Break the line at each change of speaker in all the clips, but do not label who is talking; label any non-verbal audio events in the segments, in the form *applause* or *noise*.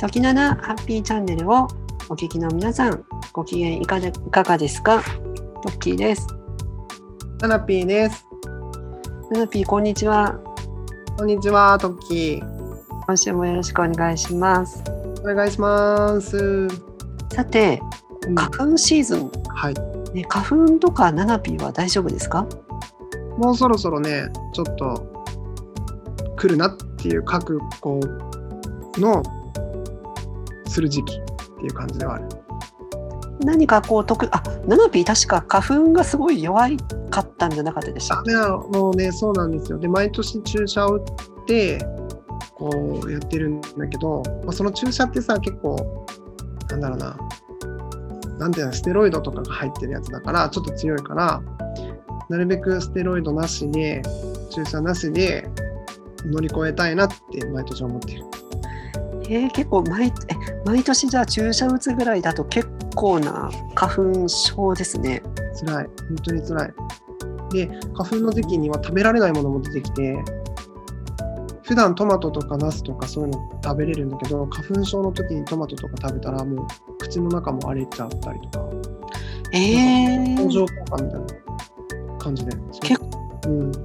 時七ハッピーチャンネルをお聞きの皆さん、ご機嫌いかでいかがですかトッキーです。
ナナピーです。
ナナピー、こんにちは。
こんにちは、トッキー。
今週もよろしくお願いします。
お願いします。
さて、
か
花粉シーズン、
はい。
ね、花粉とかナナピーは大丈夫ですか
もうそろそろね、ちょっと来るなっていう覚悟のする時期っていう感じではある。
何かこう特あナナピー確か花粉がすごい弱いかったんじゃなかったでした
あ
っ
でもうね、そうなんですよ。で、毎年注射を打って、こうやってるんだけど、まあ、その注射ってさ、結構、なんだろうな、なんていうの、ステロイドとかが入ってるやつだから、ちょっと強いから、なるべくステロイドなしで、注射なしで乗り越えたいなって、毎年思ってる。
け、えー結構毎え毎年じゃあ注射打つぐらいだと結構な花粉症ですね
辛い、本当に辛い。で、花粉の時期には食べられないものも出てきて、普段トマトとかナスとかそういうの食べれるんだけど、花粉症の時にトマトとか食べたら、もう口の中も荒れちゃったりとか、
え
工
ー、
場とかみたいな感じで。
結
構。うん。そ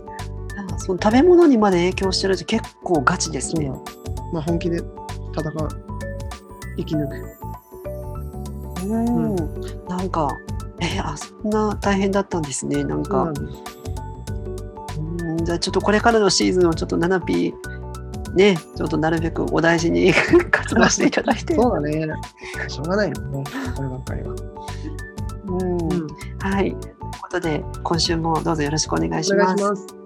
あその食べ物にまで影響してるって結構ガチです
う
ね
なのまあ、本気で戦う。生き抜く。
うんなんかえーあそんな大変だったんですねなん
そうな
か
んです。
うんじゃあちょっとこれからのシーズンをちょっとナナピーねちょっとなるべくお大事に *laughs* 活動していただいて
そうだね。しょうがないよね。そればっかりは。
うん
うん。お
はい。ということで、今週もどうぞよろしくお願いし
願
ま
いし
す。
ます。